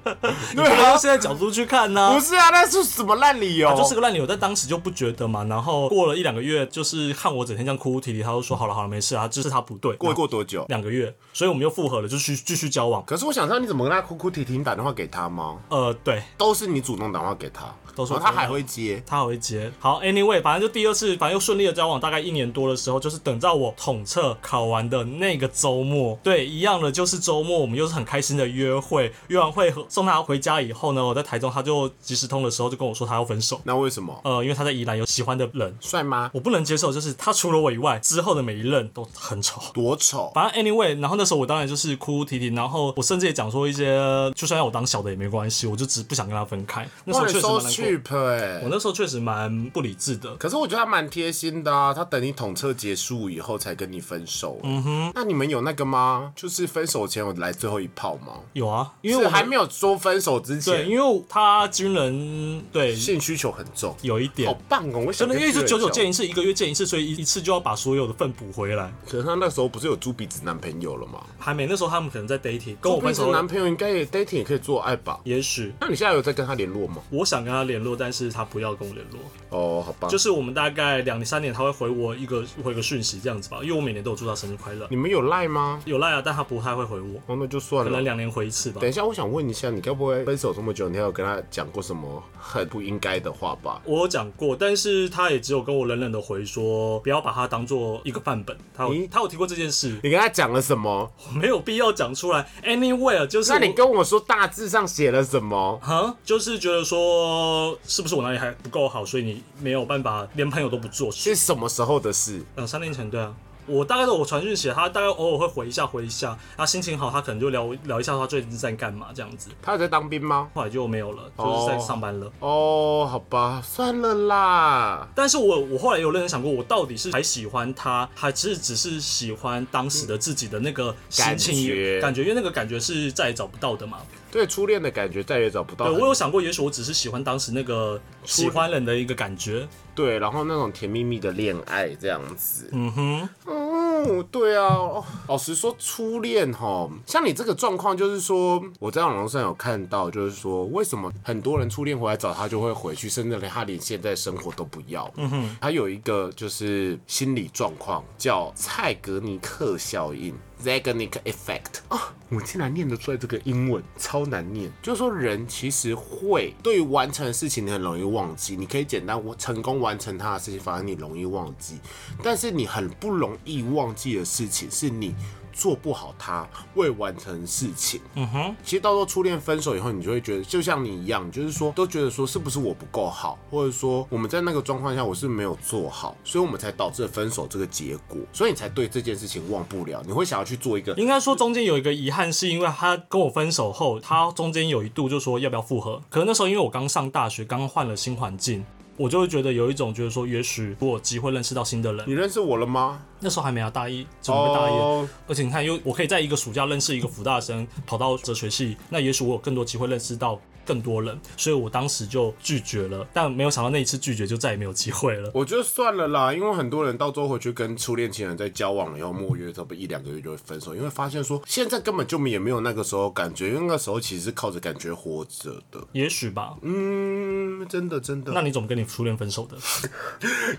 Speaker 1: 对
Speaker 2: 不能
Speaker 1: 啊
Speaker 2: 用，现在角度去看呢、
Speaker 1: 不是哦啊，那是什么烂理由？
Speaker 2: 他啊就是个烂理由，但当时就不觉得嘛。然后过了一两个月，就是看我整天这样哭哭啼啼，他就说好了好了，没事啊，就是他不对。
Speaker 1: 过过多久？
Speaker 2: 两个月，所以我们又复合了，就去继续交往。
Speaker 1: 可是我想知道你怎么跟他哭哭啼啼，你打电话给他吗？
Speaker 2: 呃，对，
Speaker 1: 都是你主动打电话给他，
Speaker 2: 都是我
Speaker 1: 然后他
Speaker 2: 主动
Speaker 1: 还会接。
Speaker 2: 他还会接。好，anyway，反正就第二次，反正又顺利的交往，大概一年多的时候，就是等到我统测考完的那个周末，对，一样的，就是周末我们们又是很开心的约会，约完会和送她回家以后呢，我在台中，她就即时通的时候就跟我说她要分手，
Speaker 1: 那为什么？
Speaker 2: 呃，因为她在宜兰有喜欢的人，
Speaker 1: 帅吗？
Speaker 2: 我不能接受，就是她除了我以外，之后的每一任都很丑。
Speaker 1: 多丑？
Speaker 2: 反正 anyway，然后那时候我当然就是哭哭啼啼，然后我甚至也讲说一些，就算让我当小的也没关系，我就只不想跟她分开。那时候
Speaker 1: 哇，你 so
Speaker 2: 确实蛮难过。
Speaker 1: cheap 哎、
Speaker 2: 我那时候确实蛮不理智的，
Speaker 1: 可是我觉得他蛮贴心的啊，他等你统测结束以后才跟你分手、嗯哼，那你们有那个吗？就是分手前我来最后一炮吗？
Speaker 2: 有啊，因
Speaker 1: 因
Speaker 2: 为
Speaker 1: 为
Speaker 2: 我
Speaker 1: 我还
Speaker 2: 们
Speaker 1: 没有说分手之
Speaker 2: 对，
Speaker 1: 前，
Speaker 2: 因为他军人对
Speaker 1: 性需求很重，
Speaker 2: 有一
Speaker 1: 好
Speaker 2: 点。
Speaker 1: 棒哦！我想
Speaker 2: 真的，因为是九九见一
Speaker 1: 议，
Speaker 2: 次，一个月见一次，所以一一次就要把所有的份补回来。
Speaker 1: 可是他那时候不是有猪鼻子男朋友了吗？
Speaker 2: 还没那时候他们可能在 dating，
Speaker 1: 猪
Speaker 2: 跟我
Speaker 1: 鼻
Speaker 2: 分
Speaker 1: 子
Speaker 2: 手
Speaker 1: 男
Speaker 2: 了，
Speaker 1: 朋友应该也 dating 也可以做爱吧？
Speaker 2: 也许
Speaker 1: 那你现在有在跟他联络吗？
Speaker 2: 我想跟他联络，但是他不要跟我联络。
Speaker 1: 哦，好吧，
Speaker 2: 就是我们大概两三年他会回我一个回个讯息这样子吧，因为我每年都有祝他生日快乐
Speaker 1: 你。们有赖吗？
Speaker 2: 有赖啊，但他不太会回我，
Speaker 1: 哦，那就算
Speaker 2: 可能
Speaker 1: 了。
Speaker 2: 两年回一次吧
Speaker 1: 等。一下，我想问一下，你该不会分手这么久，你还有跟他讲过什么很不应该的话吧？
Speaker 2: 我有讲过，但是他也只有跟我冷冷的回说，不要把他当做一个范本。他有
Speaker 1: 咦
Speaker 2: 他有提过这件事，
Speaker 1: 你跟他讲了什么？
Speaker 2: 没有必要讲出来。Anywhere 就是
Speaker 1: 那你
Speaker 2: 我
Speaker 1: 跟我说大致上写了什么？
Speaker 2: 啊，就是觉得说是不是我哪里还不够好，所以你没有办法连朋友都不做。
Speaker 1: 是什么时候的事？
Speaker 2: 两三年前，对啊。我大概都我传讯息，他大概偶尔会回一下，回一下。他心情好，他可能就聊聊一下他最近在干嘛这样子。
Speaker 1: 他有在当兵吗？
Speaker 2: 后来就没有了，就是在上班了。
Speaker 1: 哦，好吧，算了啦。
Speaker 2: 但是我我后来有认真想过，我到底是还喜欢他，还是只是喜欢当时的自己的那个心情
Speaker 1: 感觉
Speaker 2: 感觉，因为那个感觉是再也找不到的嘛。
Speaker 1: 对初恋的感觉再也找不到
Speaker 2: 对
Speaker 1: 很。
Speaker 2: 我有想过，也许我只是喜欢当时那个喜欢人的一个感觉。
Speaker 1: 对，然后那种甜蜜蜜的恋爱这样子。
Speaker 2: 嗯哼，
Speaker 1: 嗯，对啊。哦老实说，初恋哈，像你这个状况，就是说我在网络上有看到，就是说为什么很多人初恋回来找他就会回去，甚至连他连现在生活都不要。嗯哼，他有一个就是心理状况叫蔡格尼克效应 （Zeigarnik Effect）。啊，我竟然念得出来这个英文，超难念。就是说，人其实会对于完成的事情，你很容易忘记。你可以简单成功完成它的事情，反而你容易忘记。但是你很不容易忘记的事情，是你做不好它未完成的事情。嗯哼，其实到时候初恋分手以后，你就会觉得，就像你一样，就是说都觉得说是不是我不够好，或者说我们在那个状况下我是没有做好，所以我们才导致了分手这个结果，所以你才对这件事情忘不了，你会想要去做一个
Speaker 2: 应该说中间有一个遗憾，是因为他跟我分手后，他中间有一度就说要不要复合。可能那时候因为我刚上大学，刚换了新环境，我就会觉得有一种觉得说，也许我有机会认识到新的人
Speaker 1: 你。认识我了吗？
Speaker 2: 那时候还没有啊大一，准备大一
Speaker 1: 哦
Speaker 2: 而且你看，又我可以在一个暑假认识一个福大生，跑到哲学系，那也许我有更多机会认识到更多人，所以我当时就拒绝了。但没有想到那一次拒绝就再也没有机会了。
Speaker 1: 我觉得算了啦，因为很多人到最后回去跟初恋情人在交往了以后，莫约差不多一两个月就会分手，因为发现说现在根本就也没有那个时候感觉，因为那个时候其实是靠着感觉活着的。
Speaker 2: 也许吧，
Speaker 1: 嗯，真的真的。
Speaker 2: 那你怎么跟你初恋分手的？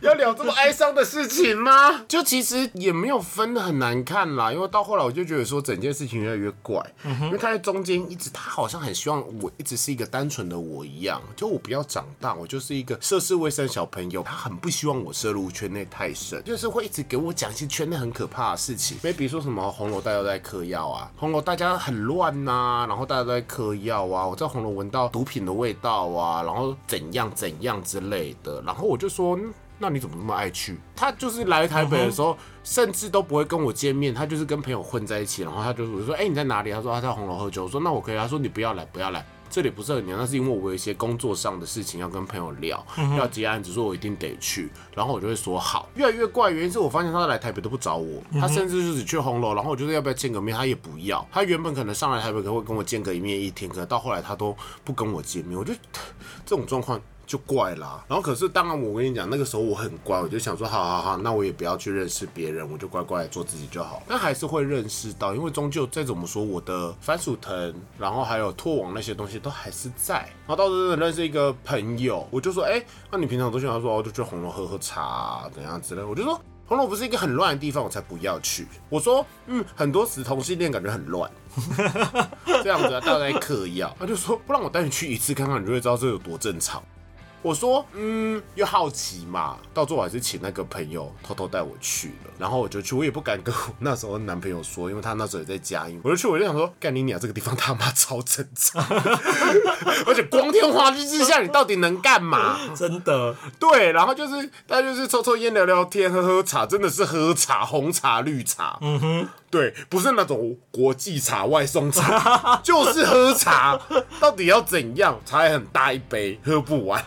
Speaker 1: 要聊这么哀伤的事情吗？ 就其实也没有分的很难看啦，因为到后来我就觉得说整件事情越来越怪，因为他在中间一直，他好像很希望我一直是一个单纯的我一样，就我不要长大，我就是一个涉世未深小朋友，他很不希望我涉入圈内太深，就是会一直给我讲一些圈内很可怕的事情，比如说什么红楼大家都在嗑药啊，红楼大家很乱呐、然后大家都在嗑药啊，我在红楼闻到毒品的味道啊，然后怎样怎样之类的，然后我就说。嗯那你怎么那么爱去？他就是来台北的时候，甚至都不会跟我见面，他就是跟朋友混在一起。然后他就我就说：“哎、你在哪里？”他说：“他在红楼喝酒。”我说：“那我可以。”他说：“你不要来，不要来，这里不是很娘。那是因为我有一些工作上的事情要跟朋友聊，要结案子，说我一定得去。”然后我就会说：“好。”越来越怪，原因是我发现他来台北都不找我，他甚至就只去红楼。然后我就是要不要见个面，他也不要。他原本可能上来台北可能会跟我见个一面一天，可能到后来他都不跟我见面，我就这种状况。就怪啦。然后可是当然，我跟你讲，那个时候我很乖，我就想说，好好好，那我也不要去认识别人，我就乖乖地做自己就好。但还是会认识到，因为终究再怎么说，我的番薯藤，然后还有拓网那些东西都还是在。然后到时候真的认识一个朋友，我就说，哎、那你平常都去哪？他说，哦，就去红楼喝喝茶、怎样之类的。我就说。红楼不是一个很乱的地方，我才不要去。我说，嗯，很多死同性恋感觉很乱，啊这样子啊，大家在嗑药。他就说，不然我带你去一次看看，你就会知道这有多正常。我说，嗯，又好奇嘛，到最后我还是请那个朋友偷偷带我去了，然后我就去，我也不敢跟我那时候男朋友说，因为他那时候也在嘉义，我就去，我就想说，干你娘，这个地方他妈超正常， 而且光天化日之下，你到底能干嘛？
Speaker 2: 真的，
Speaker 1: 对，然后就是大家就是抽抽烟、聊聊天、喝喝茶，真的是喝茶，红茶、绿茶。嗯哼，对，不是那种国际茶、外送茶，就是喝茶。到底要怎样？茶也很大一杯，喝不完。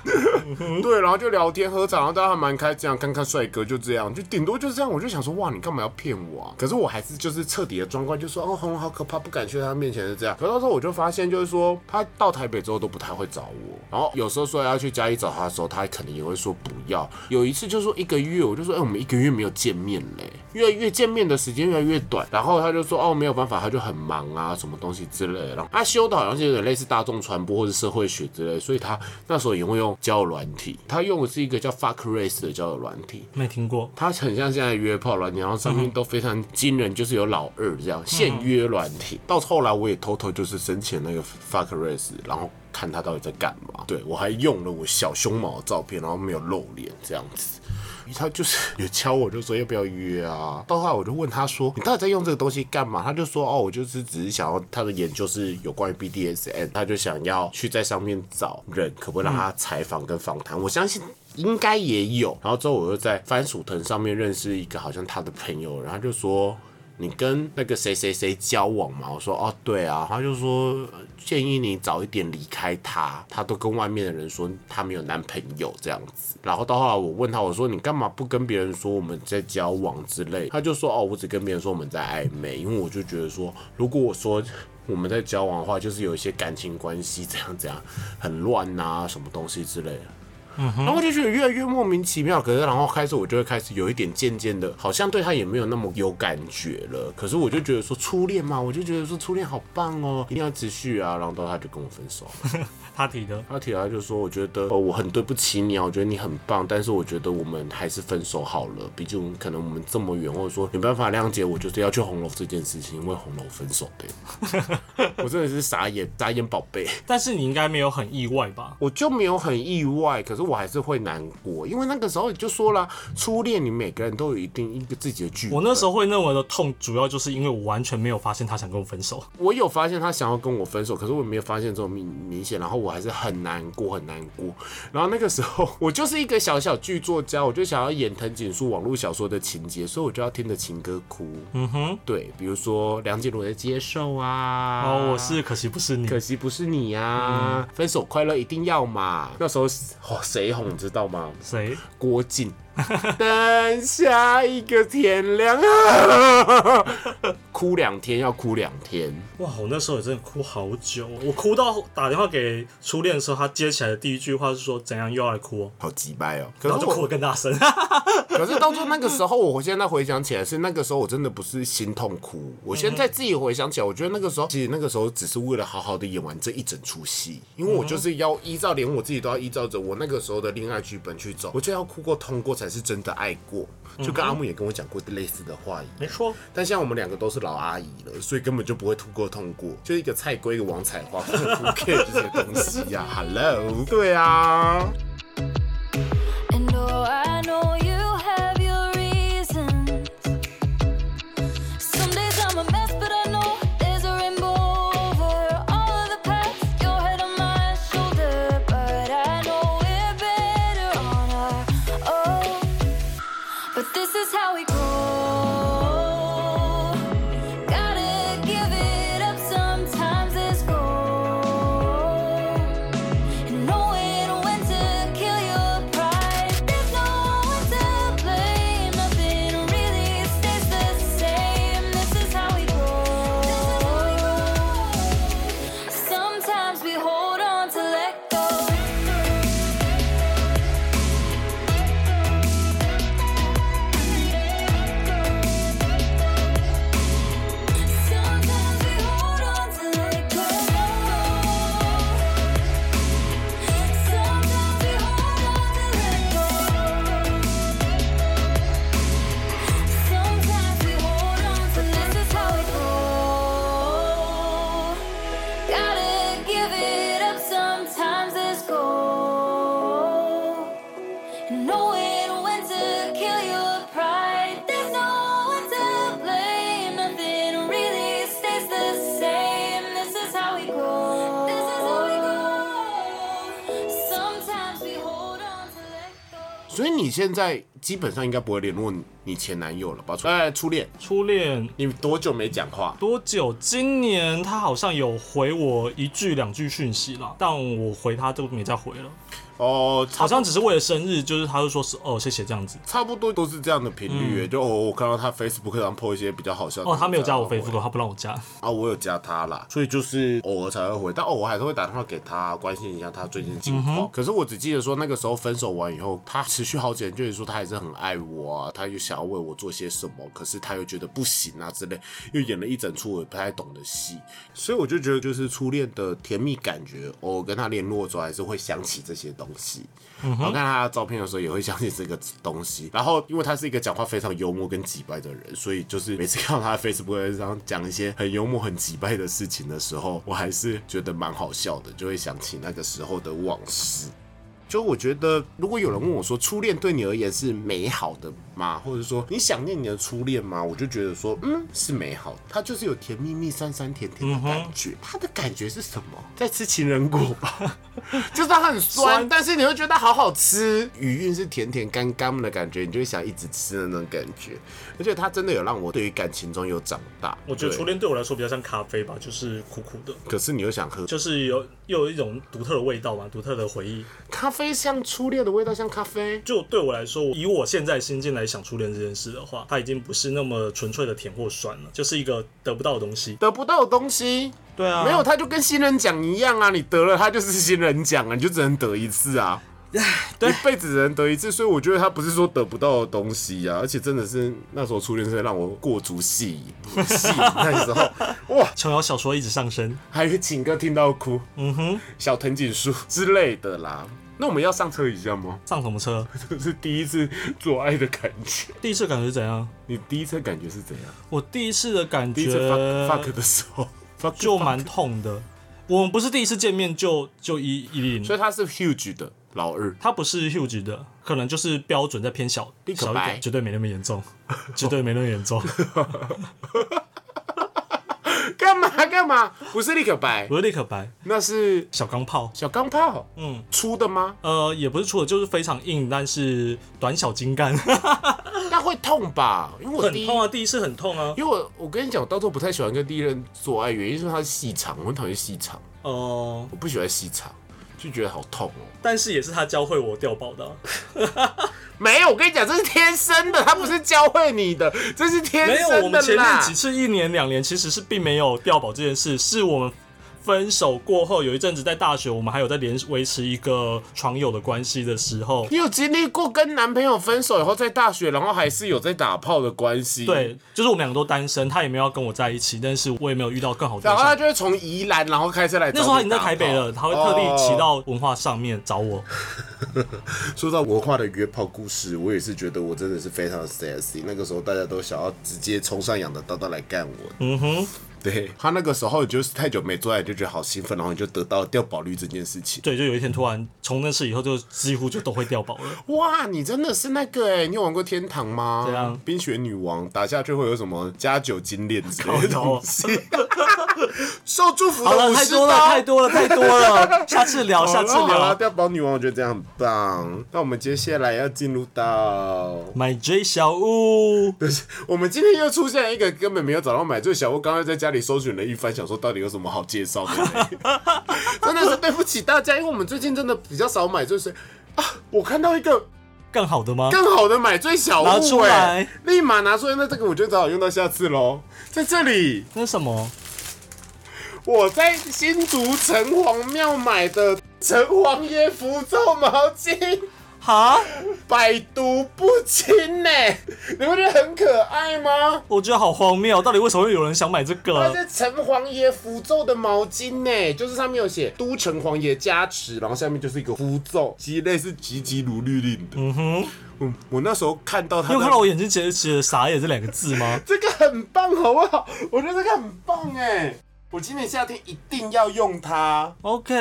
Speaker 1: 对，然后就聊天喝茶，然后大家还蛮开心啊，看看帅哥就这样，就顶多就是这样。我就想说，哇，你干嘛要骗我啊？可是我还是就是彻底的装乖，就说哦，红红好可怕，不敢去他面前是这样。可到时候我就发现，就是说他到台北之后都不太会找我，然后有时候说要去嘉义找他的时候，他可能也会说不要。有一次就说一个月，我就说，哎、我们一个月没有见面嘞，越来越见面的时间越来越短。然后他就说，哦，没有办法，他就很忙啊，什么东西之类的。然后他修的好像是有点类似大众传播或是社会学之类，所以他那时候也会用交友软体，他用的是一个叫 Fuck Race 的交友软体。
Speaker 2: 没听过。
Speaker 1: 它很像现在的约炮软体，然后上面都非常惊人，就是有老二这样现约软体。到后来我也偷偷就是申请那个 Fuck Race，然后看他到底在干嘛。对我还用了我小胸毛的照片，然后没有露脸这样子。他就是有敲我，就说要不要约啊？到后来我就问他说：“你到底在用这个东西干嘛？”他就说：“哦，我就是只是想要他的研究是有关于 BDSM，他就想要去在上面找人，可不可以让他采访跟访谈？”我相信应该也有。然后之后我又在番薯藤上面认识一个好像他的朋友，然后他就说。你跟那个谁谁谁交往嘛？我说哦，对啊，他就说呃建议你早一点离开他，他都跟外面的人说他没有男朋友这样子。然后到后来我问他，我说你干嘛不跟别人说我们在交往之类？他就说哦，我只跟别人说我们在暧昧，因为我就觉得说，如果我说我们在交往的话，就是有一些感情关系怎样怎样，很乱呐、什么东西之类的。然后我就觉得越来越莫名其妙。可是然后开始我就会开始有一点渐渐的，好像对他也没有那么有感觉了。可是我就觉得说初恋嘛，我就觉得说初恋好棒哦，一定要持续啊。然后到他就跟我分手。
Speaker 2: 他提的，
Speaker 1: 阿铁他就说：“我觉得、呃我很对不起你啊，我觉得你很棒，但是我觉得我们还是分手好了。毕竟可能我们这么远，或者说没办法谅解，我就是要去红楼这件事情，因为红楼分手的。我真的 是傻眼，傻眼宝贝。”
Speaker 2: 但是你应该没有很意外吧？
Speaker 1: 我就没有很意外，可是我还是会难过，因为那个时候你就说了，初恋你每个人都有一定一个自己的剧本。
Speaker 2: 我那时候会认为的痛，主要就是因为我完全没有发现他想跟我分手。
Speaker 1: 我有发现他想要跟我分手，可是我没有发现这种明明显，然后我还是很难过，很难过。然后那个时候我就是一个小小剧作家，我就想要演藤井树网络小说的情节，所以我就要听着情歌哭。嗯哼，对，比如说梁静茹的《接受》啊，
Speaker 2: 哦，我是可嗯惜不是你，
Speaker 1: 可惜不是你呀、分手快乐一定要嘛。那时候哦谁哄你知道吗？
Speaker 2: 谁？
Speaker 1: 郭靖。 等下一个天亮 啊！哭两天要哭两天，
Speaker 2: 哇，我那时候也真的哭好久，哦我哭到打电话给初恋的时候，他接起来的第一句话是说：“怎样又要来哭哦、
Speaker 1: 好鸡掰哦！可
Speaker 2: 然后
Speaker 1: 是
Speaker 2: 就哭
Speaker 1: 我
Speaker 2: 得，更大声。
Speaker 1: 可是到最后那个时候，我现在回想起来是那个时候，我真的不是心痛哭。
Speaker 2: 嗯
Speaker 1: 我现在自己回想起来，我觉得那个时候其实那个时候只是为了好好的演完这一整出戏，因为我就是要依照连我自己都要依照着我那个时候的恋爱剧本去走，我就要哭过痛过才是真的爱过。就跟阿木也跟我讲过类似的话一样。
Speaker 2: 没错，
Speaker 1: 但现在我们两个都是老阿姨了，所以根本就不会突过痛过，就一个菜龟，一个王彩花，不 care 这些东西呀、Hello，对啊，
Speaker 3: And oh, I know you have your reasons. Some days I'm a mess, but I know there's a rainbow over all of the past. Your head on my shoulder, but I know we're better on our own. But this is how we grow. Gotta give it up sometimes. There's gold. And knowing when to
Speaker 1: 所以你现在基本上应该不会联络你前男友了吧？呃，初恋，
Speaker 2: 初恋
Speaker 1: 你多久没讲话？
Speaker 2: 多久？今年他好像有回我一句两句讯息了，但我回他都没再回了，
Speaker 1: 哦，
Speaker 2: 好
Speaker 1: 差
Speaker 2: 像只是为了生日，就是他就说是哦谢谢这样子。
Speaker 1: 差不多都是这样的频率耶、就哦，我看到他 Facebook 上 po 一些比较好笑的
Speaker 2: 嗯哦，他没有加我
Speaker 1: 文章
Speaker 2: Facebook，他不让我加。
Speaker 1: 啊，我有加他啦，所以就是偶尔才会回，但偶尔还是会打电话给他，关心一下他最近的近况。可是我只记得说那个时候分手完以后，他持续好几天就是说他还是很爱我啊，他又想要为我做些什么，可是他又觉得不行啊之类，又演了一整出我也不太懂的戏，所以我就觉得就是初恋的甜蜜感觉，我跟他联络的时候还是会想起这些东西。我看他的照片的时候也会想起这个东西。然后，因为他是一个讲话非常幽默跟急掰的人，所以就是每次看到他的 Facebook 上讲一些很幽默、很急掰的事情的时候，我还是觉得蛮好笑的，就会想起那个时候的往事。就我觉得，如果有人问我说，初恋对你而言是美好的吗？或者说你想念你的初恋吗？我就觉得说，嗯，是美好的，它就是有甜蜜蜜、酸酸甜甜的感觉。
Speaker 2: 嗯
Speaker 1: 它的感觉是什么？在吃情人果 吧，就是它很酸，
Speaker 2: 酸
Speaker 1: 但是你会觉得好好吃，余韵是甜甜干干的感觉，你就会想一直吃的那种感觉。而且它真的有让我对于感情中有长大。
Speaker 2: 我觉得
Speaker 1: 对
Speaker 2: 初，恋对我来说比较像咖啡吧，就是苦苦的，
Speaker 1: 可是你又想喝
Speaker 2: 就是有又有一种独特的味道嘛，独特的回忆。
Speaker 1: 咖啡，像初恋的味道，像咖啡。
Speaker 2: 就对我来说，以我现在心境来想初恋这件事的话，它已经不是那么纯粹的甜或酸了，就是一个得不到的东西。
Speaker 1: 得不到的东西，
Speaker 2: 对啊
Speaker 1: 没有，他就跟新人奖一样啊，你得了他就是新人奖啊，你就只能得一次啊。一辈子只能得一次，所以我觉得他不是说得不到的东西啊，而且真的是那时候初恋是让我过足戏瘾，戏瘾那时 候哇，
Speaker 2: 琼瑶小说一直上升，
Speaker 1: 还有请歌听到哭，嗯哼，小藤井树之类的啦。那我们要上车一下吗？
Speaker 2: 上什么车？
Speaker 1: 这是第一次做爱的感觉，
Speaker 2: 第一次感觉是怎样？
Speaker 1: 你第一次感觉是怎样？
Speaker 2: 我第一次的感
Speaker 1: 第一
Speaker 2: 觉
Speaker 1: 次 fuck fuck 的时候 fuck-
Speaker 2: 就
Speaker 1: fuck
Speaker 2: 蛮痛的。我们不是第一次见面就就一一
Speaker 1: 所
Speaker 2: 零，
Speaker 1: 以他是 huge 的老二。
Speaker 2: 它不是 huge 的，可能就是标准再偏小
Speaker 1: 立刻
Speaker 2: 小一
Speaker 1: 白
Speaker 2: 点，绝对没那么 严重，绝对没那么严重。
Speaker 1: 干嘛 干嘛？不是立可白，
Speaker 2: 不是立刻白，
Speaker 1: 那是
Speaker 2: 小钢炮，
Speaker 1: 小钢炮，嗯
Speaker 2: 嗯，
Speaker 1: 粗的吗？
Speaker 2: 呃，也不是粗的，就是非常硬，但是短小精干，
Speaker 1: 那会痛吧？因为我第
Speaker 2: 很
Speaker 1: 一，
Speaker 2: 痛啊，第一次很痛啊。
Speaker 1: 因为我我跟你讲，我到时候不太喜欢跟第一任做爱，原因是他是细长，我很讨厌细长，
Speaker 2: 哦、
Speaker 1: 我不喜欢细长，就觉得好痛哦、
Speaker 2: 但是也是他教会我掉宝的啊、
Speaker 1: 没有，我跟你讲，这是天生的，他不是教会你的，这是天
Speaker 2: 嗯没有，我
Speaker 1: 生的
Speaker 2: 们前面
Speaker 1: 啦
Speaker 2: 几。次一年两年其实是并没有掉宝这件事，是我们分手过后有一阵子在大学，我们还有在连维持一个床友的关系的时候，
Speaker 1: 你有经历过跟男朋友分手以后，在大学，然后还是有在打炮的关系？
Speaker 2: 对，就是我们两个都单身，他也没有要跟我在一起，但是我也没有遇到更好的
Speaker 1: 然后
Speaker 2: 对
Speaker 1: 他
Speaker 2: 象。
Speaker 1: 就会从宜兰，然后开车来。
Speaker 2: 那时候他已经在台北
Speaker 1: 哦
Speaker 2: 了，他会特地骑到文化上面找我。
Speaker 1: 说到文化的约炮故事，我也是觉得我真的是非常 sexy。那个时候大家都想要直接冲上仰的大大来干我。嗯哼，对他那个时候就是太久没做爱，就觉得好兴奋，然后你就得到掉保率这件事情。
Speaker 2: 对，就有一天突然从那次以后就几乎就都会掉宝 了。
Speaker 1: 哇，你真的是那个哎、你有玩过天堂吗？
Speaker 2: 怎样
Speaker 1: 冰雪女王打下去会有什么加九金链之类的
Speaker 2: 靠腰
Speaker 1: 东西？ 受祝福
Speaker 2: 好
Speaker 1: 的
Speaker 2: 了，
Speaker 1: 武
Speaker 2: 太
Speaker 1: 士
Speaker 2: 多了，
Speaker 1: 刀。
Speaker 2: 太多了，太 多了，下次聊，下次
Speaker 1: 好了好了，
Speaker 2: 聊。
Speaker 1: 碉堡女王，我觉得这样很棒。那我们接下来要进入到
Speaker 2: My J 小屋，
Speaker 1: 我们今天又出现了一个根本没有找到买醉小屋，刚刚在家里搜寻了一番，想说到底有什么好介绍的 呢？真的是对不起大家，因为我们最近真的比较少买醉水啊。我看到一个
Speaker 2: 更好的吗？
Speaker 1: 更好的买醉小屋、欸，
Speaker 2: 拿出来
Speaker 1: 立马拿出来。那这个我就只好用到下次喽。在这里，
Speaker 2: 那什么？
Speaker 1: 我在新竹城隍庙买的城隍爷符咒毛巾。
Speaker 2: 哈？
Speaker 1: 百毒不侵呢、你不觉得很可爱吗？
Speaker 2: 我觉得好荒谬，到底为什么会有人想买这
Speaker 1: 它
Speaker 2: 个？
Speaker 1: 是城隍爷符咒的毛巾呢，就是上面有写“都城隍爷加持”，然后下面就是一个符咒，其实类似急急如律令的。嗯哼，我我那时候看到
Speaker 2: 你
Speaker 1: 他？
Speaker 2: 有看到我眼睛斜斜傻眼这两个字吗
Speaker 1: 这个很棒，好不好？我觉得这个很棒哎，我今年夏天一定要用它。
Speaker 2: OK，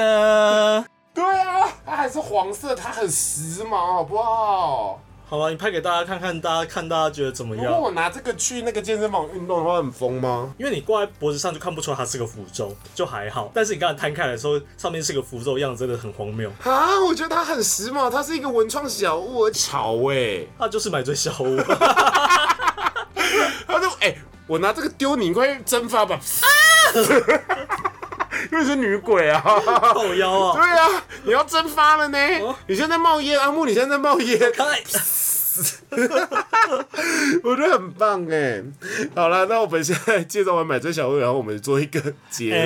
Speaker 1: 对啊，它还是黄色，它很时髦，好不好？
Speaker 2: 好吧，你拍给大家看看，大家看大家觉得怎么
Speaker 1: 如果
Speaker 2: 样？
Speaker 1: 我拿这个去那个健身房运动的话，很疯吗？
Speaker 2: 因为你挂在脖子上就看不出来它是个符咒，就还好。但是你刚才摊开来的时候，上面是个符咒，样子真的很荒谬。
Speaker 1: 啊，我觉得它很时髦，它是一个文创小物，很潮哎、
Speaker 2: 它就是买醉小屋，
Speaker 1: 他就哎、我拿这个丢你，你快蒸发吧！ 因为是女鬼啊，
Speaker 2: 靠腰啊！
Speaker 1: 对啊，你要蒸发了呢。你现在冒烟，阿木，你现在在冒烟，
Speaker 2: 哎，
Speaker 1: 我觉得很棒哎。好了，那我们现在介绍完买醉小屋，然后我们做一个结论。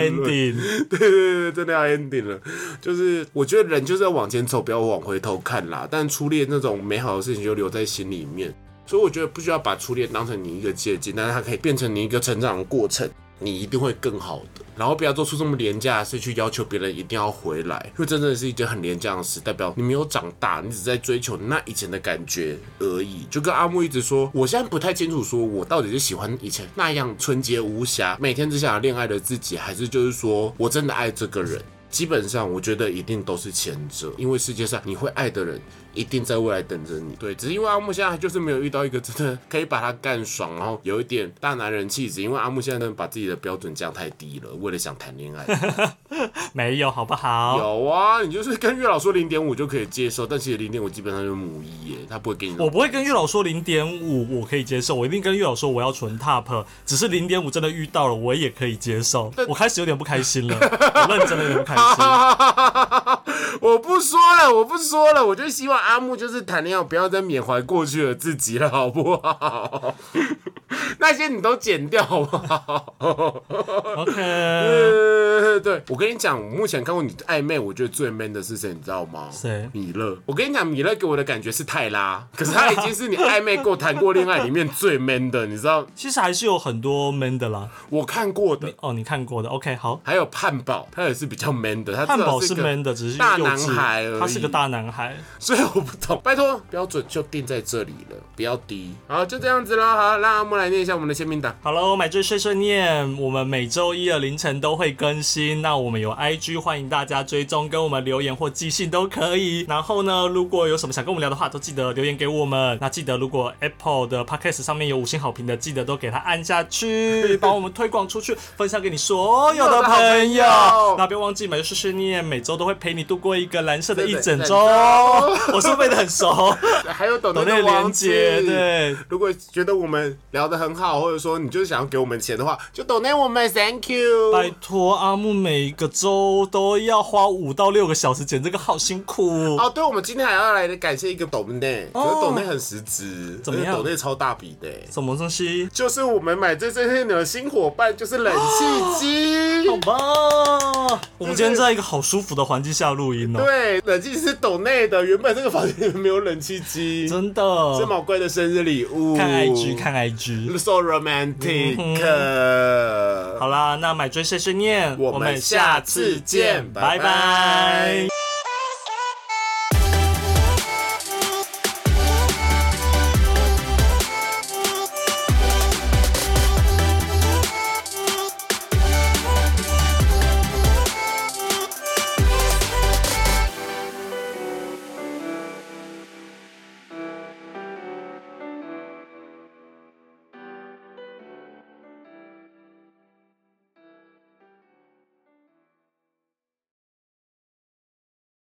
Speaker 2: ending，
Speaker 1: 对对对，对真的要 ending 了。就是我觉得人就是要往前走，不要往回头看啦。但初恋那种美好的事情就留在心里面，所以我觉得不需要把初恋当成你一个借鉴，但是它可以变成你一个成长的过程。你一定会更好的，然后不要做出这么廉价的事去要求别人一定要回来，因为真的是一件很廉价的事，代表你没有长大，你只在追求那以前的感觉而已。就跟阿木一直说，我现在不太清楚，说我到底是喜欢以前那样纯洁无瑕、每天只想恋爱的自己，还是就是说我真的爱这个人。基本上，我觉得一定都是前者，因为世界上你会爱的人，一定在未来等着你。对，只是因为阿木现在就是没有遇到一个真的可以把他干爽，然后有一点大男人气质。因为阿木现在真的把自己的标准降太低了，为了想谈恋爱。
Speaker 2: 没有好不好？
Speaker 1: 有啊，你就是跟月老说零点五就可以接受，但其实零点五基本上就是母一耶，他不会给你。
Speaker 2: 我不会跟月老说零点五，我可以接受，我一定跟月老说我要纯 top，只是零点五真的遇到了，我也可以接受。我开始有点不 开心了，我认真的有点不开 心。
Speaker 1: 我不说了，我不说了，我就希望阿木就是谈恋爱，不要再缅怀过去的自己了，好不好？ 那些你都剪掉好不 好？
Speaker 2: OK，
Speaker 1: 呃，对，我跟你讲，我目前看过你暧昧，我觉得最 man 的是谁，你知道吗？
Speaker 2: 谁
Speaker 1: 米勒。我跟你讲，米勒给我的感觉是泰拉， 可是他已经是你暧昧过、谈过恋爱里面最 man 的，你知道？
Speaker 2: 其实还是有很多 man 的啦。
Speaker 1: 我看过的。
Speaker 2: 哦，你看过的，OK，好。
Speaker 1: 还有汉堡，他也是比较 man 的，他
Speaker 2: 汉
Speaker 1: 至少
Speaker 2: 堡是
Speaker 1: 个
Speaker 2: man 的，只是
Speaker 1: 大
Speaker 2: 幼
Speaker 1: 男
Speaker 2: 稚
Speaker 1: 孩而已。
Speaker 2: 他是个大男孩。
Speaker 1: 所以我不懂，拜托标准就定在这里了，不要低。好，就这样子啦。好，让阿木来念一下我们的签名档。
Speaker 2: 好喽，买醉碎碎念，我们每周一的凌晨都会更新。那我们有 IG，欢迎大家追踪，跟我们留言或寄信都可以。然后呢，如果有什么想跟我们聊的话，都记得留言给我们。那记得如果 Apple 的 Podcast 上面有五星好评的，记得都给它按下 去，帮我们推广出去，分享给你所有的朋 友。那别忘记买醉碎碎念，每周都会陪你度过一个蓝色的一整周。我是背的很 熟，
Speaker 1: 还有抖
Speaker 2: 抖
Speaker 1: 内
Speaker 2: 内
Speaker 1: 的
Speaker 2: 连
Speaker 1: 网
Speaker 2: 接
Speaker 1: 址，
Speaker 2: 对。
Speaker 1: 如果觉得我们聊得很好，或者说你就是想要给我们钱的话，就抖内我们，Thank you。
Speaker 2: 拜托，阿木每个周都要花五到六个小时剪这个，好辛苦。
Speaker 1: 哦，对，我们今天还要来感谢一个抖内，可是抖内很实质，
Speaker 2: 哦怎么样
Speaker 1: 而且抖内超大笔的，
Speaker 2: 什么东西？
Speaker 1: 就是我们买这这些的新伙伴，就是冷气机。
Speaker 2: 哦好吧，我们今天在一个好舒服的环境下录音哦、
Speaker 1: 对，冷气是抖内的，原本这个房间里面没有冷气机，
Speaker 2: 真
Speaker 1: 是
Speaker 2: 的。
Speaker 1: 毛怪的生日礼物。
Speaker 2: 哦看 IG，看嗯 IG。
Speaker 1: ，so romantic、
Speaker 2: 好啦，那买追碎碎念，
Speaker 1: 我们下次见拜拜